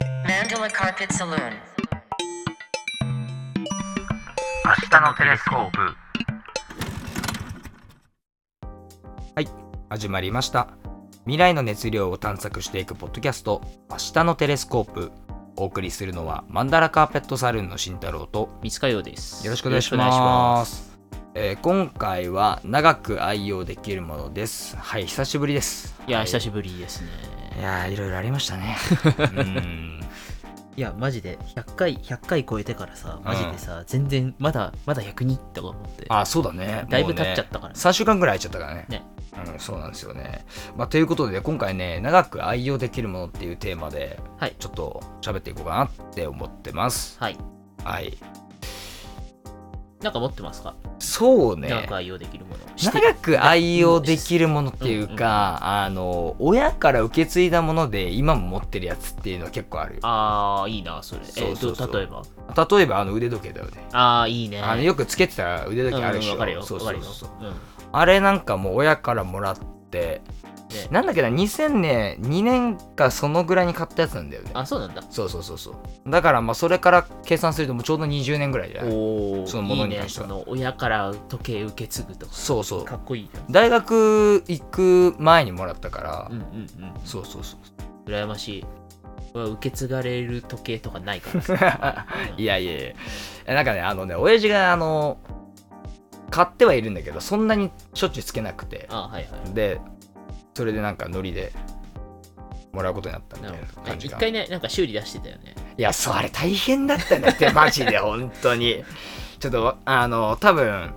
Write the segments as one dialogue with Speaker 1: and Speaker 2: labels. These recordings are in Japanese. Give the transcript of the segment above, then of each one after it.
Speaker 1: Solar Carpet Saloon.
Speaker 2: 明日のテレスコープ
Speaker 3: 始まりました未来の熱量を探索していくポッドキャスト「明日のテレスコープ」お送りするのはマンダラカーペットサルーンの慎太郎と
Speaker 4: 三塚洋です。
Speaker 3: よろしくお願いし
Speaker 4: よろくお願いし
Speaker 3: ま
Speaker 4: ます
Speaker 3: すえー今回は長く愛用できるものですはい久しぶりです
Speaker 4: いや、久
Speaker 3: ぶ
Speaker 4: しぶりですね。
Speaker 3: りいやーいろいろありました ねうん
Speaker 4: いや、マジで、100回、100回超えてからさ、マジでさ、全然、まだ、まだ100人とか思って。
Speaker 3: あそうだね
Speaker 4: だい
Speaker 3: も
Speaker 4: ぶ
Speaker 3: うね
Speaker 4: 経っちゃったからね
Speaker 3: 3週間ぐらい空いちゃったからね
Speaker 4: ね
Speaker 3: うん、そうなんですよね、まあ、ということで今回ね長く愛用できるものっていうテーマで
Speaker 4: はい
Speaker 3: ちょっと喋っていこうかなって思ってます
Speaker 4: はい。
Speaker 3: はい
Speaker 4: なんか持ってますか
Speaker 3: そうね
Speaker 4: 長く愛用できるもの。して
Speaker 3: 長く愛用できるものっていうか、あの親から受け継いだもので今も持ってるやつっていうのは結構あるよ
Speaker 4: あー、いいな、それ。
Speaker 3: そうそうそう
Speaker 4: えっと、例えば。
Speaker 3: 例えばあの腕時計だよね
Speaker 4: あー、いいね。
Speaker 3: あのよくつけてた腕時計あるでしょ、
Speaker 4: うんうんわかるよ。
Speaker 3: そう
Speaker 4: わ
Speaker 3: そ
Speaker 4: か
Speaker 3: う
Speaker 4: るよ
Speaker 3: そう。
Speaker 4: うん
Speaker 3: あれなんかもう親からもらって、
Speaker 4: ね
Speaker 3: なんだっけな2000年2年かそのぐらいに買ったやつなんだよね
Speaker 4: あ、そうなんだ。
Speaker 3: そうそうそうそうだからまあそれから計算するともうちょうど20年ぐらいじゃない
Speaker 4: おー
Speaker 3: そのものに
Speaker 4: いいね。
Speaker 3: 関して
Speaker 4: そ
Speaker 3: は
Speaker 4: の、親から時計受け継ぐとか。
Speaker 3: そうそう
Speaker 4: かっこいいじゃん。
Speaker 3: 大学行く前にもらったから、
Speaker 4: うんうんうん。
Speaker 3: そうそうそう
Speaker 4: 羨ましい。うわ受け継がれる時計とかないからさ。
Speaker 3: いやいやいやえなんかねあのね親父があの買ってはいるんだけどそんなにしょっちゅうつけなくて
Speaker 4: あ、はいはい。
Speaker 3: でそれでなんかノリでもらうことになったみ
Speaker 4: な
Speaker 3: たい
Speaker 4: る
Speaker 3: な
Speaker 4: ほど。
Speaker 3: 感じ
Speaker 4: 一
Speaker 3: が
Speaker 4: 回ね、なんか修理出してたよね。
Speaker 3: いや、そう、あれ大変だ ったねって、マジで、本当に。ちょっとわ、あの、多分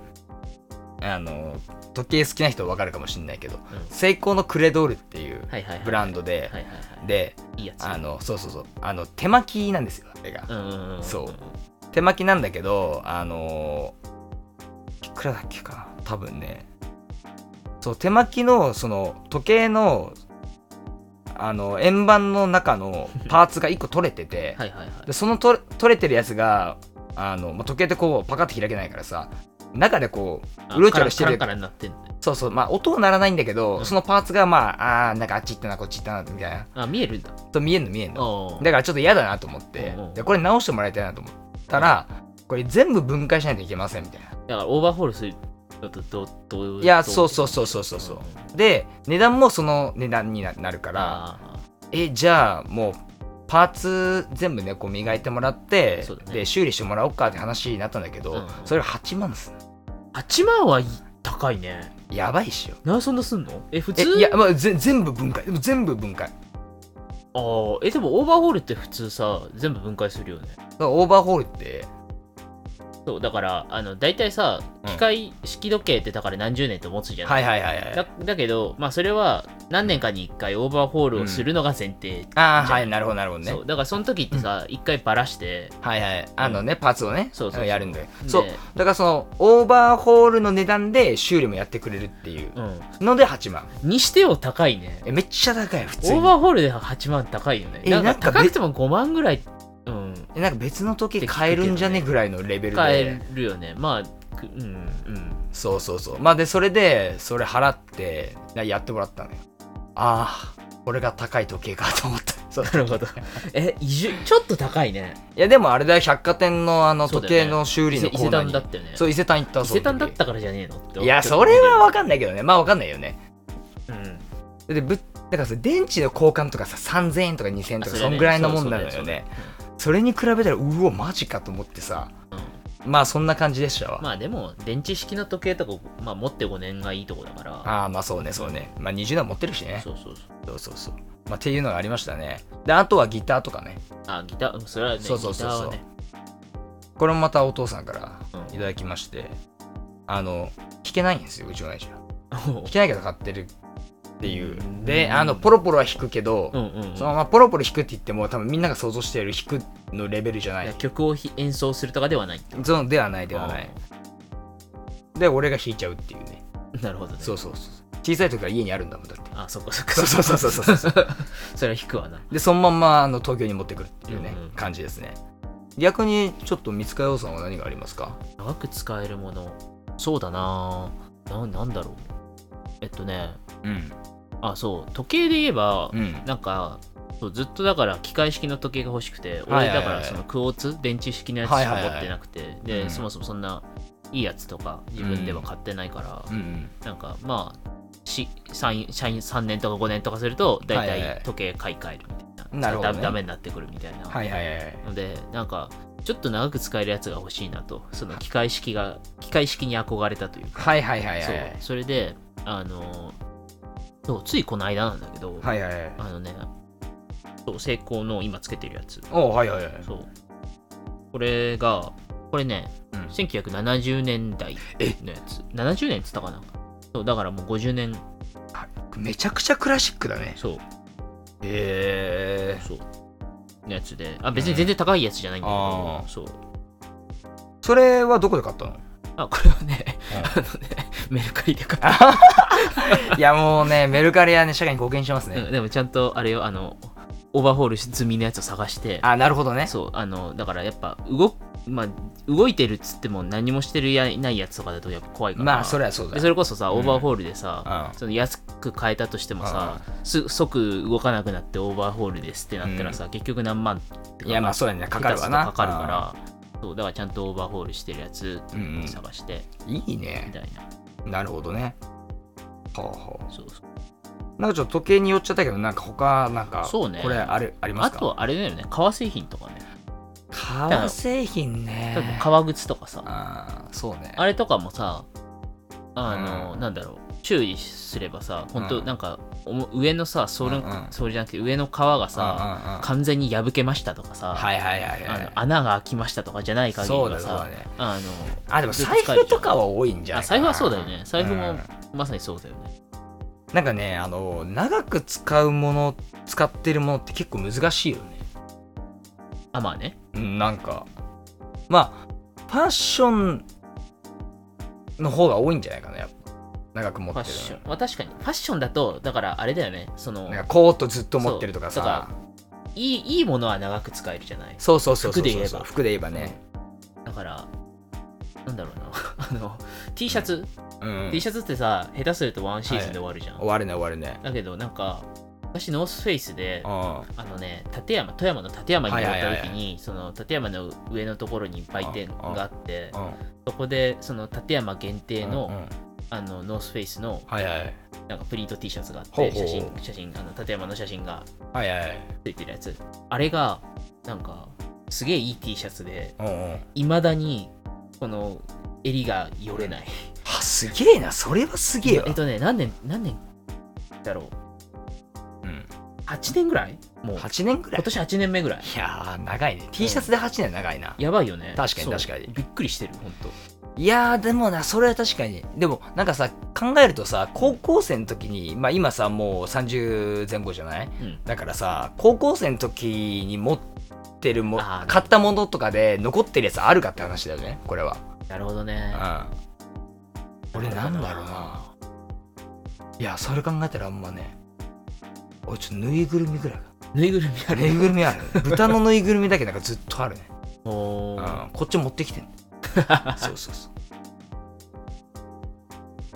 Speaker 3: あの、時計好きな人は分かるかもしれないけど、セイコーのクレドールっていう
Speaker 4: はいはいはい。
Speaker 3: ブランドで、
Speaker 4: はいはいはい。、
Speaker 3: で、
Speaker 4: いいやつ。
Speaker 3: あ、の、そうそうそう、あの、手巻きなんですよ、あれが。
Speaker 4: うんうんうん。
Speaker 3: そう手巻きなんだけど、あの、いくらだっけかな、多分ね。そう、手巻きの、その、時計の、あの、円盤の中 のパーツが1個取れてて、
Speaker 4: はいはいはい
Speaker 3: で。そのと取れてるやつがあの、まあ、時計ってこうパカって開けないからさ中でこう
Speaker 4: あ
Speaker 3: うろちょろしてる
Speaker 4: カランカランカランになってんだよ。
Speaker 3: そうそうまあ音は鳴らないんだけど、
Speaker 4: うん
Speaker 3: そのパーツがまああーなんかあっち行ったなこっち行ったなみたいな
Speaker 4: あ、見えるんだ。
Speaker 3: と見えんの見えんの
Speaker 4: おー
Speaker 3: だからちょっと嫌だなと思って
Speaker 4: うんうん
Speaker 3: でこれ直してもらいたいなと思ったらこれ全部分解しないといけませんみたいな
Speaker 4: だからオーバーホールするのとどどう
Speaker 3: いやそうそうそうそうそうそうんで値段もその値段にななるから
Speaker 4: あ
Speaker 3: えじゃあもうパーツ全部ねこう磨いてもらって、
Speaker 4: そうだね
Speaker 3: で修理してもらおうかって話になったんだけど、
Speaker 4: うんうん
Speaker 3: それが8万です
Speaker 4: ー8万はいい高いね。
Speaker 3: やばいっしょ
Speaker 4: なんでそんなすんのえ、普
Speaker 3: え
Speaker 4: 通
Speaker 3: いや、まあ、ぜ全部分解でも全部分解
Speaker 4: あーえ、でもオーバーホールって普通さ、全部分解するよね。
Speaker 3: オーバーホールって
Speaker 4: そう、だから、あの、大体さ、機械式時計ってだから何十年と持つじゃない
Speaker 3: はいはいはいはい
Speaker 4: だだけど、まあ、それは何年かに1回オーバーホールをするのが前提、
Speaker 3: ああはいなるほどなるほどね
Speaker 4: そうだからその時ってさ、1回ばらして
Speaker 3: はいはいあのねパーツをね
Speaker 4: そうそうそう
Speaker 3: やるんだよ
Speaker 4: で
Speaker 3: そうだからそのオーバーホールの値段で修理もやってくれるっていう
Speaker 4: うん
Speaker 3: ので8万
Speaker 4: にしてよ高いね
Speaker 3: えめっちゃ高い普通
Speaker 4: オー
Speaker 3: に
Speaker 4: バーホールで8万高いよね
Speaker 3: え
Speaker 4: なん
Speaker 3: な
Speaker 4: か
Speaker 3: んか
Speaker 4: 高くても5万ぐらい、うん、
Speaker 3: えなんか別の時計買えるんじゃねぐらいのレベル
Speaker 4: 買
Speaker 3: で
Speaker 4: えるよねまあくうんうん
Speaker 3: そうそうそうまあでそれでそれ払ってやってもらったのよああこれが高い時計かと思ったそう
Speaker 4: なるほどえ移住ちょっと高いね
Speaker 3: いやでもあれだよ百貨店のあの
Speaker 4: そう
Speaker 3: 時
Speaker 4: だよ
Speaker 3: 計
Speaker 4: ね
Speaker 3: の修
Speaker 4: 伊
Speaker 3: 理
Speaker 4: 勢
Speaker 3: の
Speaker 4: 伊
Speaker 3: コ
Speaker 4: 勢
Speaker 3: ーナー
Speaker 4: 丹
Speaker 3: に
Speaker 4: だったよね
Speaker 3: そう伊勢丹行った
Speaker 4: 伊
Speaker 3: そ
Speaker 4: 勢
Speaker 3: の時
Speaker 4: 丹だったからじゃねえのって
Speaker 3: いやそれはわかんないけどねまあわかんないよね
Speaker 4: うん
Speaker 3: だってぶだからさ電池の交換とかさ3000円とか2000円
Speaker 4: あ
Speaker 3: とか
Speaker 4: それ
Speaker 3: そ
Speaker 4: はね
Speaker 3: んぐらいのもんなのよねそ
Speaker 4: そうだよね
Speaker 3: れに比べたらうおマジかと思ってさ
Speaker 4: うん
Speaker 3: まあそんな感じでしたわ、
Speaker 4: まあでも電池式の時計とか、まあ、持って5年がいいとこだから
Speaker 3: ああまあそうねそうねまあ20段持ってるしね
Speaker 4: そうそうそう。
Speaker 3: そうそうそうまあっていうのがありましたねであとはギターとかね
Speaker 4: あ、ギター、うんそれはね、
Speaker 3: そうそうそうそう
Speaker 4: ギターはね
Speaker 3: これもまたお父さんから
Speaker 4: うん
Speaker 3: いただきまして、あの弾けないんですようちの親父は
Speaker 4: おう
Speaker 3: 弾けないけど買ってるっていう
Speaker 4: う。ん
Speaker 3: で、あの、ポロポロは弾くけど、
Speaker 4: うんうんうん。
Speaker 3: そのままポロポロ弾くって言っても、多分みんなが想像している弾くのレベルじゃない
Speaker 4: や
Speaker 3: い。
Speaker 4: 曲をひ演奏するとかではない。
Speaker 3: そのではないではない。で、俺が弾いちゃうっていうね。
Speaker 4: うん。なるほどね。
Speaker 3: そうそうそう。小さい時から家にあるんだもんだって。
Speaker 4: あ、そっかそっか。。
Speaker 3: そうそうそうそうそう
Speaker 4: それは弾くわな。
Speaker 3: で、そのまんまあの東京に持ってくるっていうね、
Speaker 4: うんうん
Speaker 3: 感じですね。逆に、ちょっと三塚洋さんは何がありますか
Speaker 4: 長く使えるもの。そうだなな、なんだろう。えっとね、
Speaker 3: うん。
Speaker 4: あ、そう、時計で言えば
Speaker 3: う、ん。
Speaker 4: なんか、そうずっとだから機械式の時計が欲しく
Speaker 3: はい
Speaker 4: て俺
Speaker 3: はいはい
Speaker 4: だからそのクォーツ電池式のやつしか
Speaker 3: はいはい
Speaker 4: 持
Speaker 3: はい
Speaker 4: ってなくて
Speaker 3: う
Speaker 4: で
Speaker 3: ん
Speaker 4: そもそもそんないいやつとか自分では買ってないから
Speaker 3: うんうん
Speaker 4: なんかまあし社員社員3年とか5年とかすると大
Speaker 3: はいはいは
Speaker 4: 体
Speaker 3: い
Speaker 4: 時計買い替えるみたいな
Speaker 3: なるほどね
Speaker 4: だダメになってくるみたいな、
Speaker 3: はいはいはい
Speaker 4: のでなんかちょっと長く使えるやつが欲しいなとその機械式が機械式に憧れたというか
Speaker 3: はいはいはい
Speaker 4: そ
Speaker 3: は
Speaker 4: う
Speaker 3: い
Speaker 4: それであのそうついこの間なんだけど、
Speaker 3: はいはいはい
Speaker 4: あのねそう成功の今つけてるやつ
Speaker 3: おうはいはいはい
Speaker 4: そうこれがこれね、
Speaker 3: うん
Speaker 4: 1970年代のやつ70年っつったかなそうだからもう50年
Speaker 3: めちゃくちゃクラシックだね
Speaker 4: そう
Speaker 3: へえ
Speaker 4: そうのやつであ別に全然高いやつじゃないんだけ
Speaker 3: うん
Speaker 4: ど
Speaker 3: あ、ー
Speaker 4: そう
Speaker 3: それはどこで買ったの
Speaker 4: あこれはね、 あのねメルカリで買った
Speaker 3: いやもうねメルカリはね社会に貢献しますね、
Speaker 4: うんでもちゃんとあれよあのオーバーホール済みのやつを探して
Speaker 3: あなるほどね
Speaker 4: そうあのだからやっぱ動,、まあ、動いてるっつっても何もしてるやいないやつとかだとやっぱ怖いから
Speaker 3: まあそれはそうだ
Speaker 4: でそれこそさ
Speaker 3: うん
Speaker 4: オーバーホールでさ、
Speaker 3: うん
Speaker 4: その安く買えたとしてもさ、す即動かなくなってオーバーホールですってなったらさ、結局何万って
Speaker 3: いやまあそうやねかかるわな
Speaker 4: 下手するとかかるからそうだからちゃんとオーバーホールしてるやつ
Speaker 3: うんうん
Speaker 4: 探して
Speaker 3: いい
Speaker 4: み
Speaker 3: ね
Speaker 4: たいな、
Speaker 3: なるほどねはあはあ
Speaker 4: そうそう
Speaker 3: なんかちょっと時計に寄っちゃったけどなんか他なんか
Speaker 4: そうね
Speaker 3: これあれありま
Speaker 4: あ
Speaker 3: すか
Speaker 4: とはあれだよね革製品とかね
Speaker 3: 革製品ね
Speaker 4: 例えば革靴とかさ、
Speaker 3: あーそうね
Speaker 4: あれとかもさ、あの、
Speaker 3: うん
Speaker 4: なんだろう、注意すればさ、本
Speaker 3: う
Speaker 4: 当
Speaker 3: ん
Speaker 4: なんか、おも上のさ、ソール、
Speaker 3: うんうん
Speaker 4: ソールじゃなくて、上の皮がさ、
Speaker 3: うんうんうん
Speaker 4: 完全に破けましたとかさ、
Speaker 3: はいはいはい
Speaker 4: あ
Speaker 3: は
Speaker 4: の
Speaker 3: い
Speaker 4: 穴が開きましたとかじゃない限り
Speaker 3: そうだ
Speaker 4: は
Speaker 3: そうだ
Speaker 4: さ、
Speaker 3: ね
Speaker 4: あ
Speaker 3: あでも財布とかは多いんじゃ
Speaker 4: の、
Speaker 3: な
Speaker 4: あ
Speaker 3: いかな
Speaker 4: 財布はそうだよね。財布も
Speaker 3: うん
Speaker 4: まさにそうだよね。
Speaker 3: なんかねあの長く使うもの使ってるものって結構難しいよね
Speaker 4: あ、まあね。
Speaker 3: うんなんかまあファッションの方が多いんじゃないかなやっぱ長く持っ
Speaker 4: ファッ
Speaker 3: て
Speaker 4: シ
Speaker 3: る
Speaker 4: ョン。まあ確かに。ファッションだと、だからあれだよね。その
Speaker 3: の、なんかコートずっと持ってるとか
Speaker 4: そう
Speaker 3: さ
Speaker 4: だかいい、いいものは長く使えるじゃない。
Speaker 3: そうそうそうそう
Speaker 4: 服で言えば
Speaker 3: 服で言えばね、
Speaker 4: だから、なん だろうな。あの、T シャツ、
Speaker 3: うん、
Speaker 4: T シャツってさ、下手するとワンシーズンで終わるじゃん。
Speaker 3: 終わるね終わるね
Speaker 4: だけどなんか私ノースフェイスで
Speaker 3: うんは
Speaker 4: あのね立山富山の立山に行っ
Speaker 3: はいはい
Speaker 4: た
Speaker 3: はい
Speaker 4: 時
Speaker 3: は
Speaker 4: にその立山の上のところに売店があって
Speaker 3: うん
Speaker 4: そこでその立山限定
Speaker 3: うんう
Speaker 4: の
Speaker 3: ん
Speaker 4: あのノースフェイスの
Speaker 3: はいはい
Speaker 4: なんかプリント T シャツがあっ
Speaker 3: ほう
Speaker 4: て
Speaker 3: ほう
Speaker 4: 写真写真あの立山の写真が
Speaker 3: はいはい
Speaker 4: ついてるやつあれがなんかすげえいい T シャツで
Speaker 3: うんうん
Speaker 4: いまだにこの襟がよれない
Speaker 3: はすげえなそれはすげえわ
Speaker 4: えっとね何年何年だろ
Speaker 3: うん
Speaker 4: う8年ぐらいもう今
Speaker 3: 8年ぐらい
Speaker 4: 年8年目ぐらい
Speaker 3: いやー長いね T シャツで8年長いな、
Speaker 4: やばいよね
Speaker 3: 確かに
Speaker 4: そう
Speaker 3: 確かに
Speaker 4: びっくりしてる本当
Speaker 3: いやーでもなそれは確かにでもなんかさ考えるとさ高校生の時にまあ今さもう30前後じゃない
Speaker 4: うん
Speaker 3: だからさ高校生の時に持ってるも
Speaker 4: あー
Speaker 3: 買ったものとかで残ってるやつあるかって話だよねこれは
Speaker 4: なるほどね
Speaker 3: うん俺なんだろうないやそれ考えたらあんまね俺ちょっとぬいぐるみぐらい か
Speaker 4: ぬいぐるみあ
Speaker 3: ぬい
Speaker 4: る
Speaker 3: ぐるみある豚のぬいぐるみだけなんかずっとあるね、
Speaker 4: お
Speaker 3: う
Speaker 4: ー
Speaker 3: ん、こっち持ってき てんのそうそうそう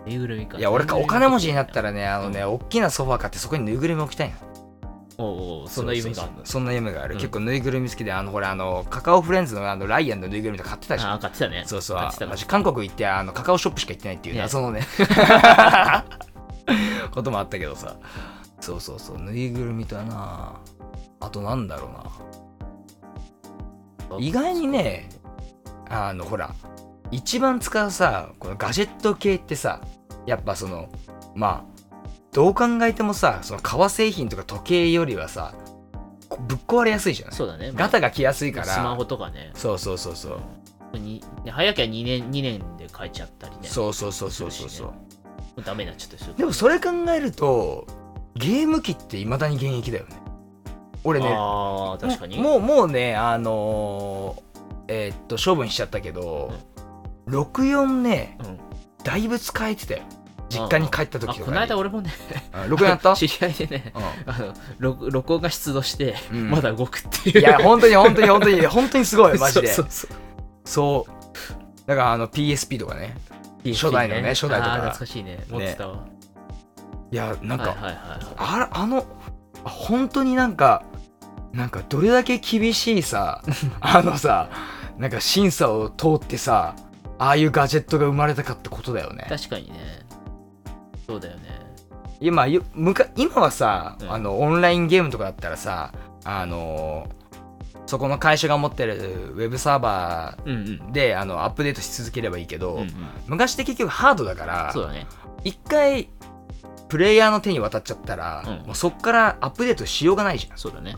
Speaker 4: ぬいぐるみか
Speaker 3: いや俺かお金持ちになった
Speaker 4: ら
Speaker 3: らねあのね大きなソファー買ってそこにぬいぐるみ置きたいの
Speaker 4: おうおうそんな夢がある
Speaker 3: そうそうそ
Speaker 4: の
Speaker 3: うそんな夢がある、
Speaker 4: うん
Speaker 3: 結構ぬいぐるみ好きであのほらあのカカオフレンズのあのライアンのぬいぐるみとか買ってたでし
Speaker 4: あ
Speaker 3: ょ
Speaker 4: あ買ってたね
Speaker 3: そうそう
Speaker 4: 買ってた
Speaker 3: 私韓国行ってあのカカオショップしか行ってないっていう
Speaker 4: ね
Speaker 3: 謎のねこともあったけどさそうそうそうぬいぐるみとはなあとなんだろうな意外にねあのほら一番使うさこのガジェット系ってさやっぱそのまあどう考えてもさその革製品とか時計よりはさこぶっ壊れやすいじゃない
Speaker 4: そうだね
Speaker 3: ガタが来やすいか
Speaker 4: まあ
Speaker 3: ら
Speaker 4: スマホとかね
Speaker 3: そうそうそうそう
Speaker 4: にね早きゃ2年二年で買えちゃったりね
Speaker 3: そうそうそうそうそうそう、
Speaker 4: うダメになっちゃったりする
Speaker 3: でもそれ考えるとゲーム機っていまだに現役だよね俺ね
Speaker 4: ああ確かに
Speaker 3: もうもうねあのーえーっと処分しちゃったけど、64ね
Speaker 4: うん
Speaker 3: だいぶ使えてたよ実家に帰った
Speaker 4: あ
Speaker 3: 時とか
Speaker 4: この
Speaker 3: に
Speaker 4: 間俺もね
Speaker 3: うん64やった
Speaker 4: 知り合いでね
Speaker 3: う
Speaker 4: あの録録音が出動して
Speaker 3: んうん
Speaker 4: まだ動くってい う
Speaker 3: いや本当に本当に本当に本当にすごいマジで そ
Speaker 4: そ
Speaker 3: う
Speaker 4: うそうそう
Speaker 3: だからあの PSP とかね初代のね初代とか
Speaker 4: あー懐かしいね持ってたわ
Speaker 3: いやなんか、
Speaker 4: はいはいはいはい
Speaker 3: あらあのあ本当になんかなんかどれだけ厳しい さあのさなんか審査を通ってさああいうガジェットが生まれたかってことだよね
Speaker 4: 確かにねそうだよね
Speaker 3: 今ゆむか今はさ、
Speaker 4: うん
Speaker 3: あのオンラインゲームとかだったらさあのそこの会社が持ってるウェブサーバ
Speaker 4: うんうん
Speaker 3: ーであのアップデートし続ければいいけど、
Speaker 4: うんうん
Speaker 3: 昔って結局ハードだから
Speaker 4: そうだね
Speaker 3: 一回プレイヤーの手に渡っちゃったら、
Speaker 4: うん
Speaker 3: もうそっからアップデートしようがないじゃん
Speaker 4: そうだね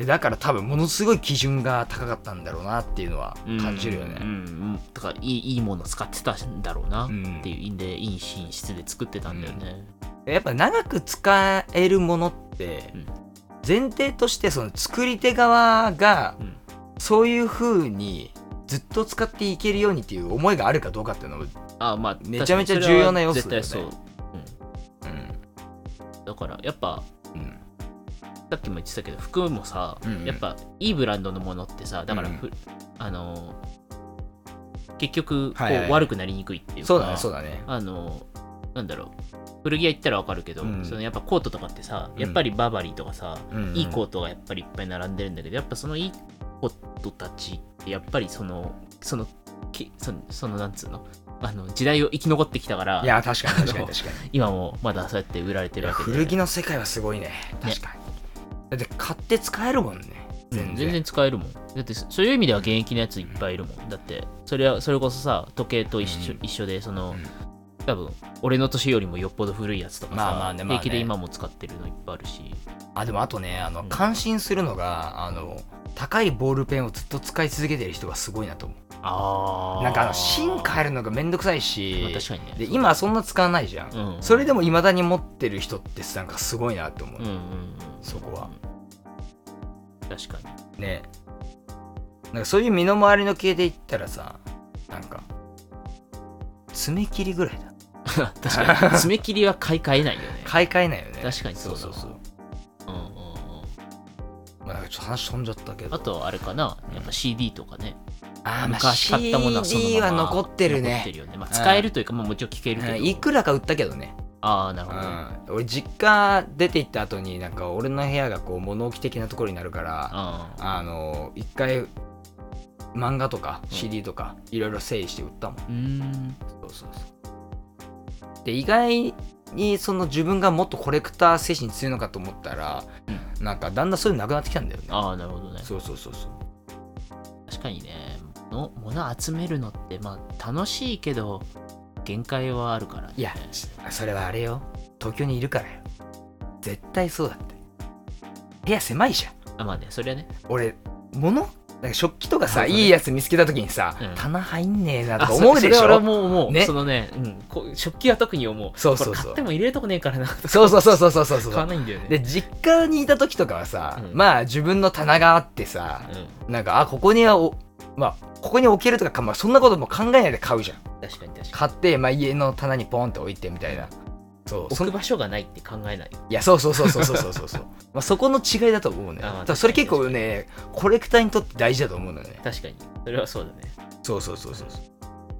Speaker 3: えだから多分ものすごい基準が高かったんだろうなっていうのは感じるよ
Speaker 4: うんう
Speaker 3: ね。
Speaker 4: んうんとかいいいいもの使ってたんだろうな
Speaker 3: う
Speaker 4: っ
Speaker 3: ん
Speaker 4: ていう意味でいい品質で作ってたんだよね
Speaker 3: やっぱ長く使えるものって
Speaker 4: うん
Speaker 3: 前提としてその作り手側が
Speaker 4: うん
Speaker 3: そういう風にずっと使っていけるようにっていう思いがあるかどうかっていうのを、
Speaker 4: あまあ
Speaker 3: めちゃめちゃ重要な要素
Speaker 4: 確か
Speaker 3: だよ
Speaker 4: に
Speaker 3: ね
Speaker 4: それは絶対そうだからやっぱ
Speaker 3: うんうん
Speaker 4: さっきも言ってたけど服もさ、
Speaker 3: うんうん
Speaker 4: やっぱいいブランドのものってさだからふ、あの結局こう、
Speaker 3: はいはいはい
Speaker 4: 悪くなりにくいっていうか
Speaker 3: そうだねそうだね。
Speaker 4: あのなんだろう古着屋行ったらわかるけど、
Speaker 3: うん
Speaker 4: そのやっぱコートとかってさ
Speaker 3: うん
Speaker 4: やっぱりバーバリーとかさ、
Speaker 3: うんうん
Speaker 4: いいコートがやっぱりいっぱい並んでるんだけどやっぱそのいいコートたちってやっぱりそのそのきそのそのなんつうのあの時代を生き残ってきたから
Speaker 3: いや確かに確かに確かに。
Speaker 4: 今もまだそうやって売られてるわけで
Speaker 3: 古着の世界はすごいね確かに。だって買って使えるもんね
Speaker 4: 全
Speaker 3: 全
Speaker 4: 然
Speaker 3: 然。
Speaker 4: 使えるもんだってそそういう意味では現役のやついっぱいいるもんだってそれはそれこそさ時計と一緒,、
Speaker 3: うん
Speaker 4: 一緒でそ
Speaker 3: う
Speaker 4: の、
Speaker 3: ん
Speaker 4: 多分俺の年よりもよっぽど古いやつとかさ、
Speaker 3: まあまあねまあね
Speaker 4: 平気で今も使ってるのいっぱいあるし
Speaker 3: あでもあとねあの
Speaker 4: うん
Speaker 3: 感心するのがあの高いボールペンをずっと使い続けてる人がすごいなと思う。
Speaker 4: あ
Speaker 3: なんかあの芯変え
Speaker 4: る
Speaker 3: るのがめんどくさいし、
Speaker 4: 確かに
Speaker 3: で
Speaker 4: ね
Speaker 3: 今そんな使わないじゃん、
Speaker 4: うん
Speaker 3: それでもいまだに持ってる人ってなんかすごいなって思う、
Speaker 4: うんうんうん
Speaker 3: そこは
Speaker 4: 確かに
Speaker 3: ねなんかそういう身の回りの系で言ったらさなんか爪切りぐらいだ
Speaker 4: 確かに 爪切りは買い替えないよね、
Speaker 3: 買い替えないよね
Speaker 4: 確かにそ
Speaker 3: そうう
Speaker 4: だ
Speaker 3: そ
Speaker 4: わ
Speaker 3: うそう、
Speaker 4: うんうんうん、
Speaker 3: まあ、なんかちょっと話飛んじゃったけど
Speaker 4: あとはあれかなやっぱ CD とかね
Speaker 3: あーまあ
Speaker 4: 昔買ったものはそのまま
Speaker 3: CD は残ってる
Speaker 4: 残
Speaker 3: ね
Speaker 4: ってるよね、まあ、使えるというか、まあ、もちろん聞けるけど、
Speaker 3: うんいくらか売ったけどね、
Speaker 4: ああなる
Speaker 3: う
Speaker 4: ほど、
Speaker 3: ん、俺実家出て行った後になんか俺の部屋がこう物置的なところになるから
Speaker 4: ああ
Speaker 3: あの一回漫画とか
Speaker 4: うん
Speaker 3: CD とかいろいろ整理して売ったもん、
Speaker 4: うーん
Speaker 3: そうそうそうで意外にその自分がもっとコレクター精神強いのかと思ったら、なんかだんだんそういうのなくなってきたんだよね
Speaker 4: ああなるほどね
Speaker 3: そうそうそうそう
Speaker 4: 確かにねの物集めるのってまあ楽しいけど限界はあるからね
Speaker 3: いやそれはあれよ東京にいるからよ絶対そうだって部屋狭いじゃん
Speaker 4: あまあねそれはね
Speaker 3: 俺物なんか食器とかさ、
Speaker 4: なるほどね
Speaker 3: いいやつ見つけた時にさ、
Speaker 4: うん
Speaker 3: 棚入んねえなと
Speaker 4: あ
Speaker 3: か思う
Speaker 4: そ
Speaker 3: でし
Speaker 4: それは俺
Speaker 3: ょ
Speaker 4: も思う、
Speaker 3: ね
Speaker 4: そのね、うん、こう食器は特に思う
Speaker 3: そうそうそう
Speaker 4: これ買っても入れるとこねえからな
Speaker 3: そうそうそうそうそうそうそう
Speaker 4: 買わないんだよね
Speaker 3: で実家にいた時とかはさ、
Speaker 4: うん
Speaker 3: まあ自分の棚があってさ
Speaker 4: うん、
Speaker 3: なんかあここにはおまあここに置けるとかか、まあ、そんなことも考えないで買うじゃん
Speaker 4: 確かに確かに
Speaker 3: 買って、まあ、家の棚にポンって置いてみたいなそうそ
Speaker 4: 置
Speaker 3: の
Speaker 4: く場所がないって考えない
Speaker 3: いやそうそうそうそうそうそうそう そう、まあ、そこの違いだと思うね
Speaker 4: あまあ
Speaker 3: だからそれ結構ねコレクターにとって大事だと思うのよね
Speaker 4: 確かにそれはそうだね
Speaker 3: そうそうそうそうそう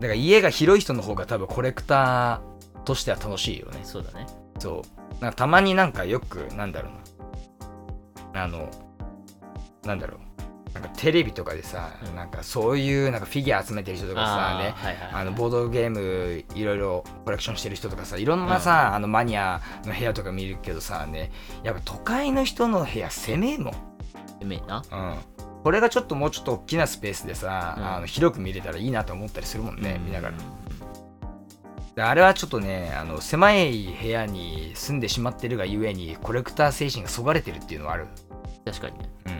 Speaker 3: だから家が広い人の方が多分コレクターとしては楽しいよね
Speaker 4: そうだね
Speaker 3: そう。なんかたまになんかよく、なんだろうな。あの、なんだろう。なんかテレビとかでさ、
Speaker 4: うん
Speaker 3: なんかそういうなんかフィギュア集めてる人とかさ、ね
Speaker 4: ー、はいはいはい
Speaker 3: あのボードゲームいろいろコレクションしてる人とかさ、いろんなさ、あのマニアの部屋とか見るけどさ、ね、やっぱ都会の人の部屋狭めえもん。
Speaker 4: うめえな
Speaker 3: うん。これがちょっともうちょっと大きなスペースでさ、
Speaker 4: うん
Speaker 3: あの広く見れたらいいなと思ったりするもんね、
Speaker 4: うん
Speaker 3: 見ながら。であれはちょっとねあの狭い部屋に住んでしまってるがゆえにコレクター精神がそがれてるっていうのはある、
Speaker 4: 確かにね
Speaker 3: うん、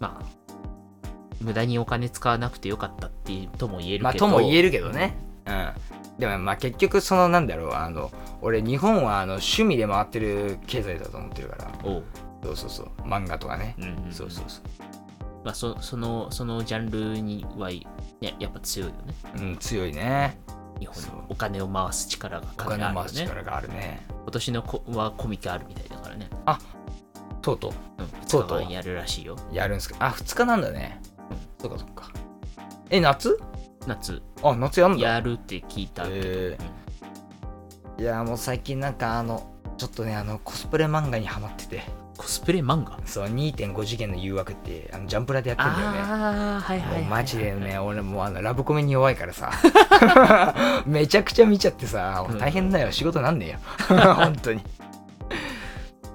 Speaker 4: まあ無駄にお金使わなくてよかったっていうとも言えるけど
Speaker 3: まあとも言えるけどね、うん、でもまあ結局そのなんだろうあの俺日本はあの趣味で回ってる経済だと思ってるから
Speaker 4: おう、
Speaker 3: そうそうそう漫画とかね、
Speaker 4: うん
Speaker 3: そうそうそう
Speaker 4: まあそそのそのジャンルには、ね、やっぱ強いよね
Speaker 3: うん、強いね
Speaker 4: 日本
Speaker 3: そう
Speaker 4: のお金を回す力が
Speaker 3: お
Speaker 4: か
Speaker 3: 金
Speaker 4: な
Speaker 3: を
Speaker 4: りあ
Speaker 3: 回
Speaker 4: る
Speaker 3: す
Speaker 4: よね
Speaker 3: 力があるね
Speaker 4: 今年のこはコミケあるみたいだからね
Speaker 3: とうと
Speaker 4: うん
Speaker 3: そ
Speaker 4: 2
Speaker 3: う
Speaker 4: 日
Speaker 3: とう
Speaker 4: 間やるらしいよ
Speaker 3: うやるんすかあ2日なんだね
Speaker 4: うん
Speaker 3: そうかそうかえ夏
Speaker 4: 夏
Speaker 3: あ夏やんだ
Speaker 4: やるって聞いたけど、
Speaker 3: へーいやもう最近なんかあのちょっとねあのコスプレ漫画にハマってて
Speaker 4: うんコスプレ漫画
Speaker 3: そう2.5次元の誘惑ってあのジャンプラでやってんだよね
Speaker 4: ああはいは
Speaker 3: も
Speaker 4: いはいうはい
Speaker 3: マジでね、俺もうあのラブコメに弱いからさ めちゃくちゃ見ちゃってさ
Speaker 4: うん
Speaker 3: 大変だよ、仕事なんねよ 本当にい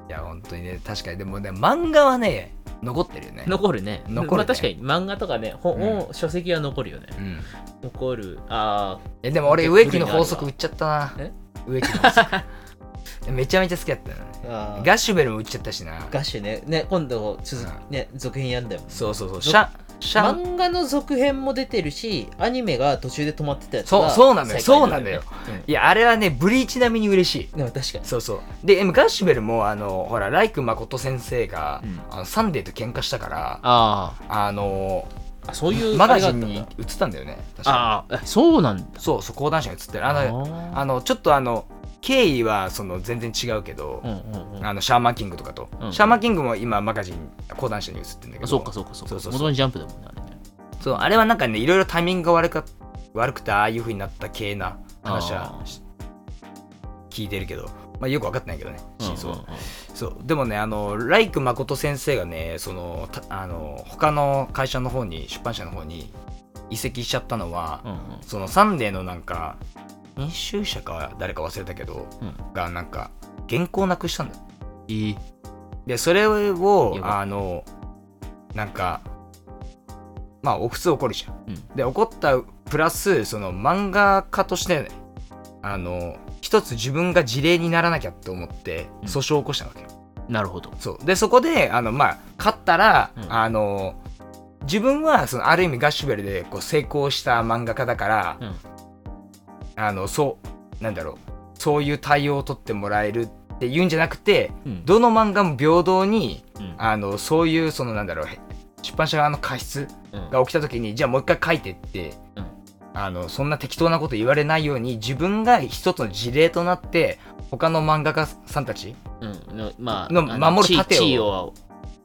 Speaker 3: や本当にね確かにでもね漫画はね残ってるよね
Speaker 4: 残るね
Speaker 3: 残るね
Speaker 4: まあ、確かに漫画とかね本、
Speaker 3: うん
Speaker 4: 本書籍は残るよね
Speaker 3: うん、
Speaker 4: 残るああ
Speaker 3: えでも俺
Speaker 4: で
Speaker 3: 植木の法則売っちゃったな
Speaker 4: え
Speaker 3: 植木の法則 めちゃめちゃ好きだったよね
Speaker 4: あー
Speaker 3: ガッシュベルも売っちゃったしな
Speaker 4: ガッシュねね今度続き、ね続編やんだよ
Speaker 3: そうそうそうシャシャン
Speaker 4: 漫画の続編も出てるしアニメが途中で止まってたやつ
Speaker 3: そう
Speaker 4: が
Speaker 3: そうなのよ
Speaker 4: 再開
Speaker 3: そうなのよ、いやあれはねブリーチ並みに嬉しい
Speaker 4: うんでも確かに
Speaker 3: そうそうでガッシュベルもあのほらライク誠先生が、
Speaker 4: うん
Speaker 3: あのサンデーと喧嘩したから
Speaker 4: あ
Speaker 3: あの
Speaker 4: あそういう
Speaker 3: マ
Speaker 4: あ
Speaker 3: ガ
Speaker 4: れが
Speaker 3: ジ
Speaker 4: あっ
Speaker 3: ン
Speaker 4: たんだ
Speaker 3: に映ったんだよね確か
Speaker 4: ああえそうなんだ
Speaker 3: そうそう講談社に映ってるあの
Speaker 4: あ
Speaker 3: あのちょっとあの経緯はその全然違うけど、
Speaker 4: うんうんうん
Speaker 3: あのシャーマンキングとかと、
Speaker 4: うん
Speaker 3: シャーマンキングも今マガジン講談社に映ってるんだけど
Speaker 4: あそうかそうかそうか
Speaker 3: そうそうそう
Speaker 4: 元にジャンプだもんねあれね
Speaker 3: そうあれはなんかねいろいろタイミングが悪か悪くてああいう風になった系な話は
Speaker 4: あー
Speaker 3: し聞いてるけど、まあ、よく分かってないけどね真相は、
Speaker 4: うんうんうん
Speaker 3: そうでもねあのライク誠先生がねそのたあの他の会社の方に出版社の方に移籍しちゃったのは、
Speaker 4: うんうん
Speaker 3: そのサンデーのなんか編集者か誰か忘れたけど、
Speaker 4: うん
Speaker 3: がなんか原稿なくしたんだ
Speaker 4: いい
Speaker 3: でそれを
Speaker 4: やばい
Speaker 3: あのなんかまあ普通怒るじゃん、
Speaker 4: うん
Speaker 3: で怒ったプラスその漫画家として、ね、あの一つ自分が事例にならなきゃって思って
Speaker 4: うん
Speaker 3: 訴訟を起こしたわけよ、
Speaker 4: なるほど
Speaker 3: そうでそこであの、まあ、勝ったら、
Speaker 4: うん
Speaker 3: あの自分はそのある意味ガッシュベルでこう成功した漫画家だから、
Speaker 4: うん
Speaker 3: あのそうなんだろうそういう対応を取ってもらえるっていうんじゃなくて
Speaker 4: うん
Speaker 3: どの漫画も平等に
Speaker 4: うん
Speaker 3: あのそういうそのなんだろうへ出版社側の過失
Speaker 4: うん
Speaker 3: が起きた時にじゃあもう一回書いてって、
Speaker 4: うん
Speaker 3: あのそんな適当なこと言われないように自分が一つの事例となって他の漫画家さんたち
Speaker 4: うんのまあ
Speaker 3: の
Speaker 4: あの
Speaker 3: 守る盾を
Speaker 4: 地地位を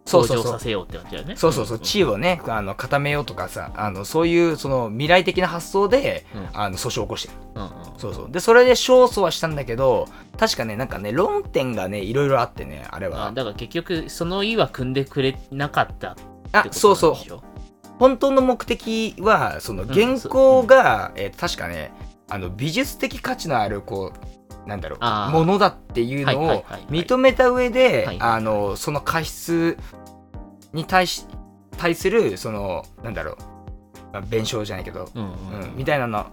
Speaker 3: そう
Speaker 4: 向
Speaker 3: そう
Speaker 4: 上
Speaker 3: そう
Speaker 4: させようって感じだよね
Speaker 3: そうそうそう、地位をね、あの固めようとかさ、あのそういうその未来的な発想で、
Speaker 4: うん
Speaker 3: あの訴訟を起こしてる。
Speaker 4: うんうんうん
Speaker 3: そうそう。で、それで勝訴はしたんだけど、確かね、なんかね、論点がね、いろいろあってね、あれ
Speaker 4: あ
Speaker 3: は。
Speaker 4: だから結局その意は組んでくれなかったって
Speaker 3: あ
Speaker 4: こと
Speaker 3: そうそう
Speaker 4: なんで。しょ
Speaker 3: 本当の目的は、その原稿が、えー確かね、あの美術的価値のある、こう、なんだろ
Speaker 4: あ
Speaker 3: う、
Speaker 4: ー
Speaker 3: ものだっていうの
Speaker 4: はい
Speaker 3: を
Speaker 4: はいはいはい
Speaker 3: 認めた上で、
Speaker 4: はい
Speaker 3: あの、その過失に対し、対する、その、なんだろう、まあ弁償じゃないけど、
Speaker 4: うんうん
Speaker 3: うんみたいなの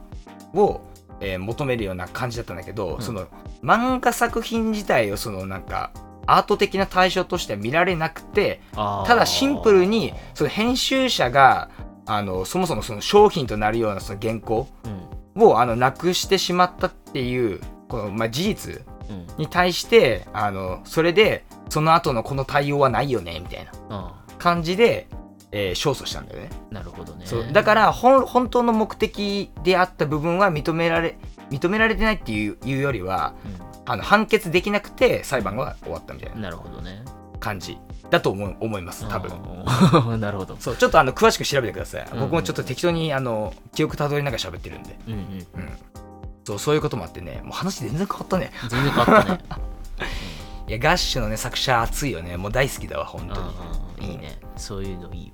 Speaker 3: を、えー求めるような感じだったんだけど、
Speaker 4: うん
Speaker 3: その漫画作品自体をそのなんかアート的な対象としては見られなくて
Speaker 4: あー
Speaker 3: ただシンプルにその編集者があのそもそもその商品となるようなその原稿
Speaker 4: うん
Speaker 3: をあのなくしてしまったっていうこの、まあ、事実
Speaker 4: うん
Speaker 3: に対してあのそれでその後のこの対応はないよねみたいな
Speaker 4: あ
Speaker 3: 感じで、えー勝訴したんだよね。
Speaker 4: ーなるほどね
Speaker 3: そうだから本本当の目的であった部分は認められ認められてないっていういうよりはあの判決できなくて裁判が終わったみたい
Speaker 4: うん
Speaker 3: な
Speaker 4: なるほどね
Speaker 3: 感じだと思う思います多分
Speaker 4: 分 なるほど
Speaker 3: そうちょっとあの詳しく調べてください、
Speaker 4: うん
Speaker 3: 僕もちょっと適当にあの記憶たどりながら喋ってるんで、
Speaker 4: うんうん
Speaker 3: うん、そうそういうこともあってねもう話全然変わったね
Speaker 4: 全然変 わったね
Speaker 3: いやガッシュのね作者熱いよねもう大好きだわ本当に
Speaker 4: うんうんうんいいねそういうのいいよ